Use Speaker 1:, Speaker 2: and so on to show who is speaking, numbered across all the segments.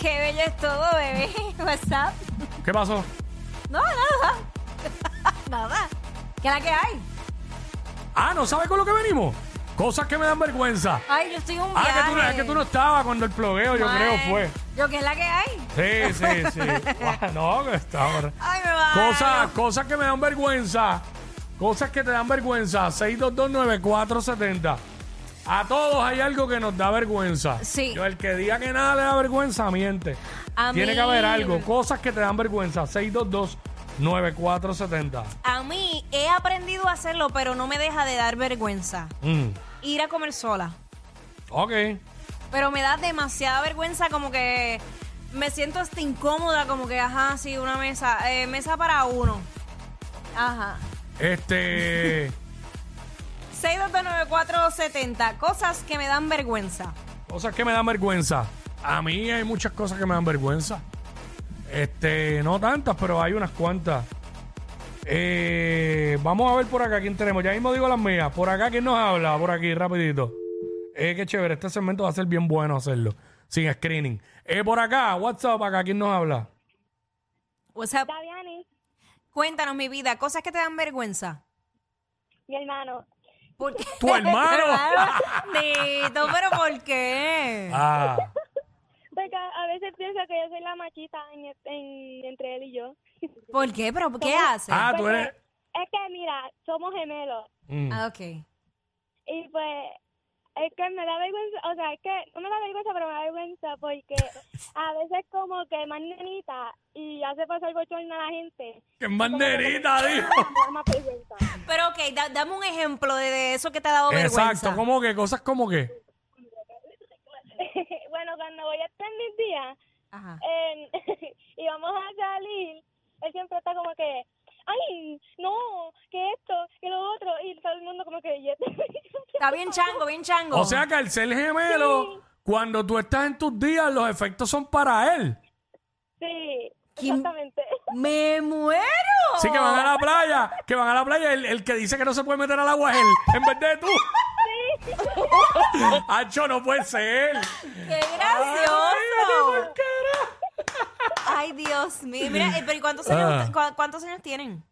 Speaker 1: Qué bello es todo, bebé. WhatsApp.
Speaker 2: ¿Qué pasó?
Speaker 1: No, nada. nada. ¿Qué es la que hay?
Speaker 2: Ah, ¿no sabes con lo que venimos? Cosas que me dan vergüenza.
Speaker 1: Ay, yo estoy un
Speaker 2: Ah,
Speaker 1: viaje.
Speaker 2: que tú, no- es que tú no estabas cuando el plogueo, yo
Speaker 1: Ay,
Speaker 2: creo, fue.
Speaker 1: Yo, ¿qué es la que hay?
Speaker 2: Sí, sí, sí. Ah, no, que estaba.
Speaker 1: Ay, me va.
Speaker 2: Cosas, cosas que me dan vergüenza. Cosas que te dan vergüenza. 6229470. A todos hay algo que nos da vergüenza.
Speaker 1: Sí.
Speaker 2: Yo, el que diga que nada le da vergüenza, miente.
Speaker 1: A
Speaker 2: Tiene
Speaker 1: mí-
Speaker 2: que haber algo. Cosas que te dan vergüenza. 6229470.
Speaker 1: A mí he aprendido a hacerlo, pero no me deja de dar vergüenza.
Speaker 2: Mm.
Speaker 1: Ir a comer sola.
Speaker 2: Ok.
Speaker 1: Pero me da demasiada vergüenza, como que me siento hasta incómoda, como que, ajá, sí, una mesa. eh, mesa para uno. Ajá.
Speaker 2: Este.
Speaker 1: 6229470. Cosas que me dan vergüenza.
Speaker 2: Cosas que me dan vergüenza. A mí hay muchas cosas que me dan vergüenza. Este, no tantas, pero hay unas cuantas. Eh, vamos a ver por acá quién tenemos. Ya mismo digo las mías. Por acá, ¿quién nos habla? Por aquí, rapidito. Eh, qué chévere. Este segmento va a ser bien bueno hacerlo. Sin screening. Eh, por acá, WhatsApp, acá, ¿quién nos habla?
Speaker 1: WhatsApp.
Speaker 3: Daviani,
Speaker 1: Cuéntanos, mi vida, cosas que te dan vergüenza.
Speaker 3: mi hermano.
Speaker 1: ¿Por qué?
Speaker 2: ¡Tu hermano!
Speaker 1: Dito, pero ¿por qué?
Speaker 2: Ah,
Speaker 3: Porque Pues a a veces piensa que yo soy la machita en, e- en- entre él y yo.
Speaker 1: ¿Por qué? ¿Pero qué hace?
Speaker 2: ah, tú
Speaker 3: Porque
Speaker 2: eres.
Speaker 3: Es que, mira, somos gemelos.
Speaker 2: Mm.
Speaker 1: Ah, ok.
Speaker 3: Y pues, es que me da vergüenza, o sea, es que no me da vergüenza, pero me da vergüenza porque a veces como que es más nenita y hace pasar bochorno a la gente.
Speaker 2: ¡Qué banderita, dijo!
Speaker 3: Me da más vergüenza.
Speaker 1: Pero ok, da- dame un ejemplo de, de eso que te ha dado vergüenza.
Speaker 2: Exacto, como que cosas como que.
Speaker 3: bueno, cuando voy a estar en mis días,
Speaker 1: Ajá.
Speaker 3: eh, y vamos a salir, él siempre está como que, ay, no, que esto, que lo otro, y todo el mundo como que, "Y este".
Speaker 1: Está bien chango, bien chango.
Speaker 2: O sea que al ser gemelo, cuando tú estás en tus días, los efectos son para él.
Speaker 3: sí,
Speaker 1: ¿Quién?
Speaker 3: exactamente.
Speaker 1: ¡Me muero!
Speaker 2: Así que van
Speaker 1: Oh.
Speaker 2: a la playa, que van a la playa, el, el que dice que no se puede meter al agua es él, en vez de tú. Hacho, no puede ser.
Speaker 1: ¡Qué
Speaker 2: Ay,
Speaker 1: gracioso! Ay, Dios mío. Mira, eh, pero ¿y cuántos años,
Speaker 2: Ah.
Speaker 1: cua- cuántos años tienen?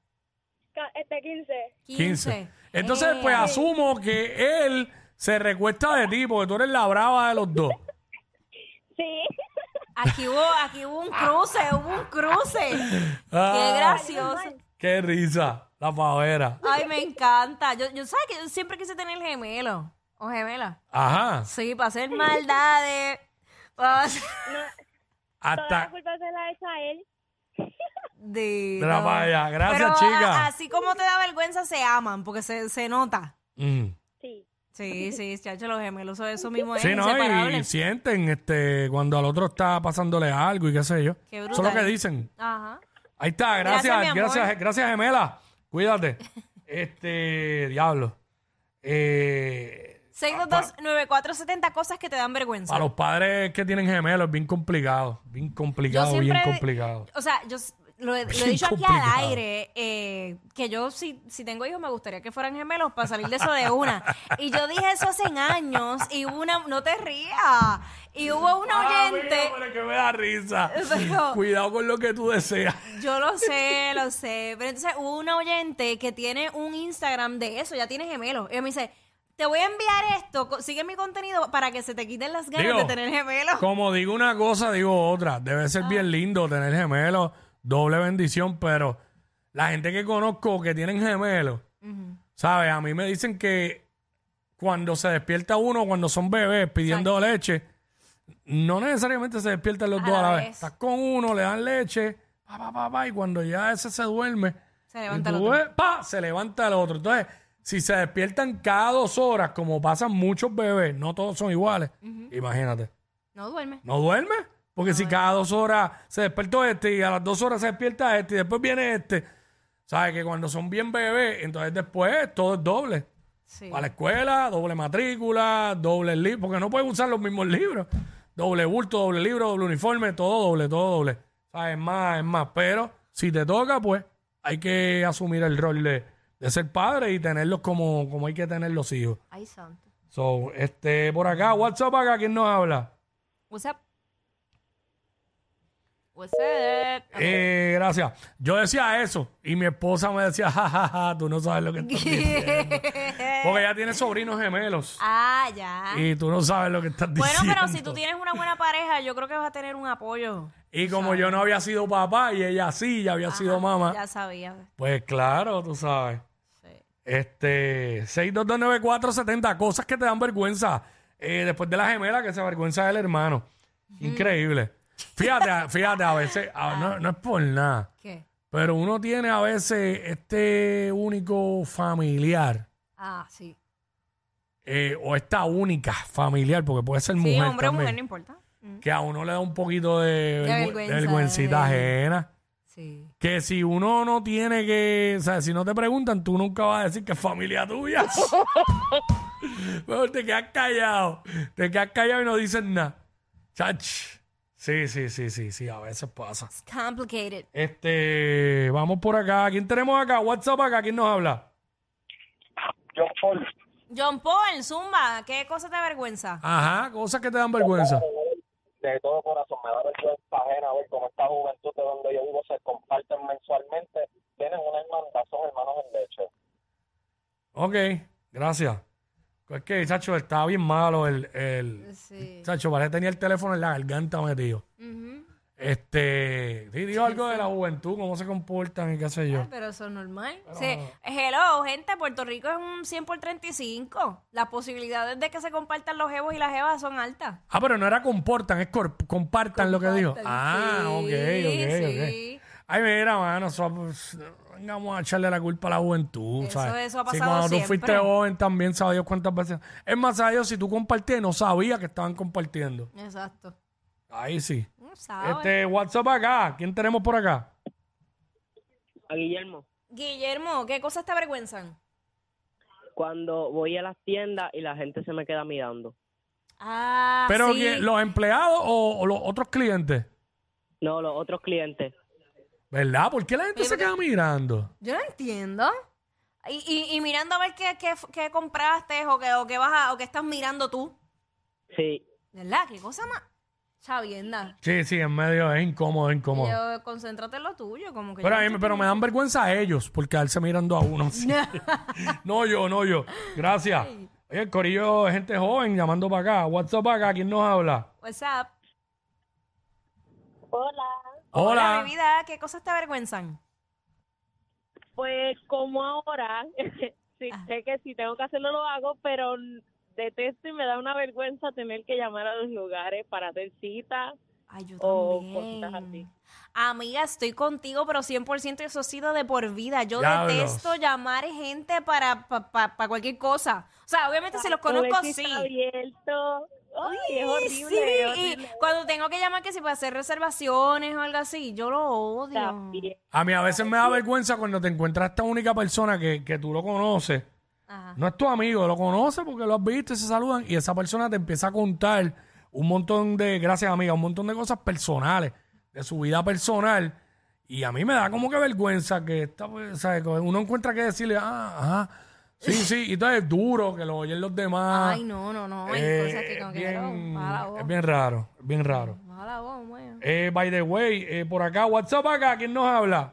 Speaker 3: Ca- Este 15.
Speaker 2: 15. Entonces,
Speaker 1: Eh,
Speaker 2: pues asumo que él se recuesta de ti, porque tú eres la brava de los dos.
Speaker 3: Sí.
Speaker 1: Aquí hubo, aquí hubo un cruce, hubo un cruce. ¡Qué
Speaker 2: Ah,
Speaker 1: gracioso!
Speaker 2: qué risa, la pavera.
Speaker 1: Ay, me encanta. Yo, yo sabes que yo siempre quise tener gemelo o gemela.
Speaker 2: Ajá,
Speaker 1: Sí, para hacer maldades. para hacer-
Speaker 3: Toda la
Speaker 2: hasta...
Speaker 3: culpa se la ha hecho a él.
Speaker 1: Dito.
Speaker 2: Mira para allá. Gracias,
Speaker 1: Pero a-
Speaker 2: chica.
Speaker 1: así como te da vergüenza, se aman, porque se, se nota.
Speaker 2: Mm.
Speaker 3: Sí.
Speaker 1: Sí, sí, chacho, los gemelos, son eso mismo es
Speaker 2: Sí, no, y- y,
Speaker 1: inseparable.
Speaker 2: sienten este cuando al otro está pasándole algo y qué sé yo.
Speaker 1: Qué
Speaker 2: Eso es lo
Speaker 1: brutal.
Speaker 2: que dicen.
Speaker 1: Ajá.
Speaker 2: Ahí está, gracias,
Speaker 1: Gracias, mi
Speaker 2: gracias,
Speaker 1: amor.
Speaker 2: gracias, gemela. Cuídate. Este, diablo. Eh,
Speaker 1: 6229470 cosas que te dan vergüenza.
Speaker 2: para los padres que tienen gemelos es bien complicado, bien complicado,
Speaker 1: Yo
Speaker 2: bien
Speaker 1: siempre-
Speaker 2: complicado.
Speaker 1: O sea, yo s- lo, he- lo he
Speaker 2: Bien
Speaker 1: dicho aquí al
Speaker 2: complicado.
Speaker 1: aire, eh, que yo si, si tengo hijos me gustaría que fueran gemelos para salir de eso de una. Y yo dije eso hace años y hubo una, no te rías, y hubo una
Speaker 2: Ah,
Speaker 1: oyente,
Speaker 2: mira, pero es que me da risa.
Speaker 1: Pero-
Speaker 2: Cuidado con lo que tú deseas.
Speaker 1: yo lo sé, lo sé, pero entonces hubo una oyente que tiene un Instagram de eso, ya tiene gemelos. Y ella me dice, te voy a enviar esto, co- sigue mi contenido para que se te quiten las ganas
Speaker 2: Digo,
Speaker 1: de tener gemelos.
Speaker 2: Como digo una cosa, digo otra. Debe
Speaker 1: Ah.
Speaker 2: ser bien lindo tener gemelos, doble bendición, pero la gente que conozco que tienen gemelos, ¿sabes? A mí me dicen que cuando se despierta uno, cuando son bebés pidiendo leche, no necesariamente se despiertan los
Speaker 1: A
Speaker 2: dos
Speaker 1: la
Speaker 2: a la vez.
Speaker 1: vez.
Speaker 2: Estás con uno, le dan leche, pa, pa, pa, pa, y cuando ya ese se duerme,
Speaker 1: Se levanta
Speaker 2: y
Speaker 1: el
Speaker 2: tú
Speaker 1: otro.
Speaker 2: ves, pa, se levanta el otro. Entonces, si se despiertan cada dos horas, como pasan muchos bebés, no todos son iguales, imagínate.
Speaker 1: No duerme.
Speaker 2: ¿No duerme? Porque si cada dos horas se despertó este y a las dos horas se despierta este y después viene este, ¿sabes? Que cuando son bien bebés, entonces después todo es doble.
Speaker 1: Sí.
Speaker 2: Para la escuela, doble matrícula, doble libro, porque no puedes usar los mismos libros. Doble bulto, doble libro, doble uniforme, todo doble, todo doble. ¿Sabes? Es más, es más. Pero si te toca, pues hay que asumir el rol de, de ser padre y tenerlos como, como hay que tener los hijos.
Speaker 1: Ay, santo.
Speaker 2: So, este, por acá, WhatsApp acá, ¿quién nos habla?
Speaker 1: O sea, What's that?
Speaker 2: Eh, gracias. Yo decía eso y mi esposa me decía, jajaja, tú no sabes lo que estás diciendo. Porque ella tiene sobrinos gemelos
Speaker 1: ah, ya.
Speaker 2: y tú no sabes lo que estás
Speaker 1: Bueno,
Speaker 2: diciendo.
Speaker 1: pero si tú tienes una buena pareja, yo creo que vas a tener un apoyo.
Speaker 2: Y como yo no había sido papá y ella sí, ya había sido mamá,
Speaker 1: Ya sabía.
Speaker 2: pues claro, tú sabes.
Speaker 1: Sí.
Speaker 2: Este, 6229470, cosas que te dan vergüenza eh, después de la gemela que se avergüenza del hermano. Increíble. Fíjate, a- fíjate, a veces, a- no, no es por nada,
Speaker 1: ¿Qué?
Speaker 2: pero uno tiene a veces este único familiar
Speaker 1: Ah, sí.
Speaker 2: eh, o esta única familiar, porque puede ser
Speaker 1: Sí,
Speaker 2: mujer
Speaker 1: hombre o
Speaker 2: también,
Speaker 1: mujer, no importa. Mm,
Speaker 2: que a uno le da un poquito de, vergü-
Speaker 1: vergüenza,
Speaker 2: de vergüencita
Speaker 1: de-
Speaker 2: ajena.
Speaker 1: Sí.
Speaker 2: Que si uno no tiene que, o sea, si no te preguntan, tú nunca vas a decir que es familia tuya. Mejor te quedas callado. Te quedas callado y no dices nada. Chach. Sí, sí, sí, sí, sí, a veces pasa.
Speaker 1: It's complicated.
Speaker 2: Este, vamos por acá. ¿Quién tenemos acá? WhatsApp acá, ¿quién nos habla?
Speaker 4: John Paul.
Speaker 1: John Paul, Zumba, ¿qué cosa te avergüenza?
Speaker 2: Ajá, cosas que te dan vergüenza.
Speaker 4: De todo corazón, me da vergüenza ajena ver cómo esta juventud de donde yo vivo se comparten mensualmente. Tienen una hermandad, son hermanos en leche.
Speaker 2: Ok, gracias. Es que, chacho, estaba bien malo el, el...
Speaker 1: Sí.
Speaker 2: Chacho, parece que tenía el teléfono en la garganta metido.
Speaker 1: Ujú.
Speaker 2: Este, sí, digo algo de la juventud, cómo se comportan y qué sé yo.
Speaker 1: Ay, Pero eso es normal. Sí. Hello, gente, Puerto Rico es un 100 por 35. Las posibilidades de que se compartan los jevos y las jevas son altas.
Speaker 2: Ah, pero no era comportan, es cor- compartan lo que dijo. Ah, ok, ok, ok.
Speaker 1: sí.
Speaker 2: Ay, mira, mano, eso, pues, no vengamos a echarle la culpa a la juventud,
Speaker 1: Eso-
Speaker 2: ¿sabes?
Speaker 1: eso ha
Speaker 2: Sí,
Speaker 1: pasado
Speaker 2: cuando tú
Speaker 1: siempre.
Speaker 2: fuiste joven también, sabes Dios cuántas veces. Es más, sabes Dios, si tú compartías, no sabías que estaban compartiendo.
Speaker 1: Exacto.
Speaker 2: Ahí sí.
Speaker 1: No sabes.
Speaker 2: Este, WhatsApp acá, ¿quién tenemos por acá?
Speaker 5: A Guillermo,
Speaker 1: Guillermo, ¿qué cosas te avergüenzan?
Speaker 5: cuando voy a las tiendas y la gente se me queda mirando.
Speaker 1: Ah,
Speaker 2: Pero
Speaker 1: sí.
Speaker 2: ¿quién- los empleados o, o los otros clientes,
Speaker 5: No, los otros clientes.
Speaker 2: ¿verdad? ¿Por qué la gente se queda mirando?
Speaker 1: Yo no entiendo. Y, y- y mirando a ver qué, qué, qué compraste o qué, o qué vas a- o qué estás mirando tú.
Speaker 5: Sí,
Speaker 1: ¿Verdad? ¿Qué cosa más? Chavienda.
Speaker 2: Sí, sí, en medio es incómodo, es incómodo.
Speaker 1: Yo, concéntrate en lo tuyo, como que
Speaker 2: Pero,
Speaker 1: yo
Speaker 2: a
Speaker 1: no
Speaker 2: mí-
Speaker 1: sé
Speaker 2: pero me dan vergüenza a ellos por quedarse mirando a uno. así. no yo, no yo. Gracias. Oye, el corillo de gente joven llamando para acá. WhatsApp para acá. ¿Quién nos habla?
Speaker 1: qué- What's up?
Speaker 3: Hola.
Speaker 1: Hola,
Speaker 2: Hola.
Speaker 1: mi vida, ¿qué cosas te avergüenzan?
Speaker 6: Pues como ahora, sí,
Speaker 1: Ah.
Speaker 6: sé que si tengo que hacerlo lo hago, pero n- detesto y me da una vergüenza tener que llamar a los lugares para hacer cita.
Speaker 1: Ay, yo
Speaker 6: O cositas
Speaker 1: también.
Speaker 6: así.
Speaker 1: Amiga, estoy contigo, pero 100% eso ha sido de por vida. Yo
Speaker 2: Diablos.
Speaker 1: detesto llamar gente para pa- pa- pa cualquier cosa. O sea, obviamente si los
Speaker 6: Como
Speaker 1: conozco,
Speaker 6: el que
Speaker 1: sí.
Speaker 6: está abierto. Ay, es horrible.
Speaker 1: Sí,
Speaker 6: es
Speaker 1: y
Speaker 6: horrible.
Speaker 1: cuando tengo que llamar que si para hacer reservaciones o algo así, yo lo odio.
Speaker 6: También.
Speaker 2: A mí a veces me da vergüenza cuando te encuentras a esta única persona que, que tú lo conoces.
Speaker 1: Ajá.
Speaker 2: No es tu amigo, lo conoces porque lo has visto y se saludan. Y esa persona te empieza a contar un montón de, gracias amiga, un montón de cosas personales, de su vida personal. Y a mí me da como que vergüenza que esta, pues, ¿sabes? Como uno encuentra que decirle, ah, ajá, sí, sí. Y entonces es duro que lo oyen los demás.
Speaker 1: Ay, no, no, no. Hay
Speaker 2: Eh,
Speaker 1: cosas que como que
Speaker 2: bien-
Speaker 1: no, mala voz.
Speaker 2: es bien raro, es bien raro.
Speaker 1: Mala voz, bueno.
Speaker 2: Eh, by the way, eh, por acá, WhatsApp acá, ¿quién nos habla?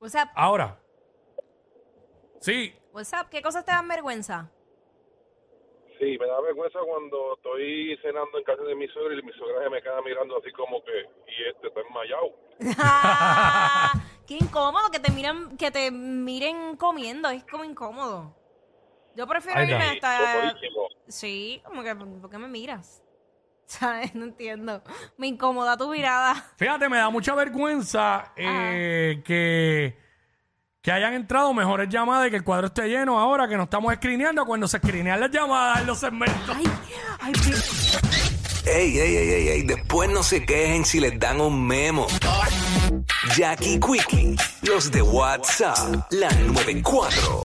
Speaker 1: What's up?
Speaker 2: Ahora. Sí,
Speaker 1: What's up? ¿Qué cosas te dan vergüenza?
Speaker 7: Sí, me da vergüenza cuando estoy cenando en casa de mi suegra y mi suegra se me queda mirando así como que, y este está enmayado.
Speaker 1: Qué incómodo que te miran, que te miren comiendo, es como incómodo. Yo prefiero
Speaker 2: Ahí está.
Speaker 1: irme hasta.
Speaker 7: Incomodísimo.
Speaker 1: Sí, como que, ¿por qué me miras? ¿Sabes? No entiendo. Me incomoda tu mirada.
Speaker 2: Fíjate, me da mucha vergüenza eh, que, que hayan entrado mejores llamadas y que el cuadro esté lleno ahora que no estamos escrineando cuando se escrinean las llamadas en los segmentos.
Speaker 1: Ay, ay, qué-
Speaker 8: Ey, ey, ey, ey, ey, después no se quejen si les dan un memo. Jackie Quickie, los de WhatsApp, la 94.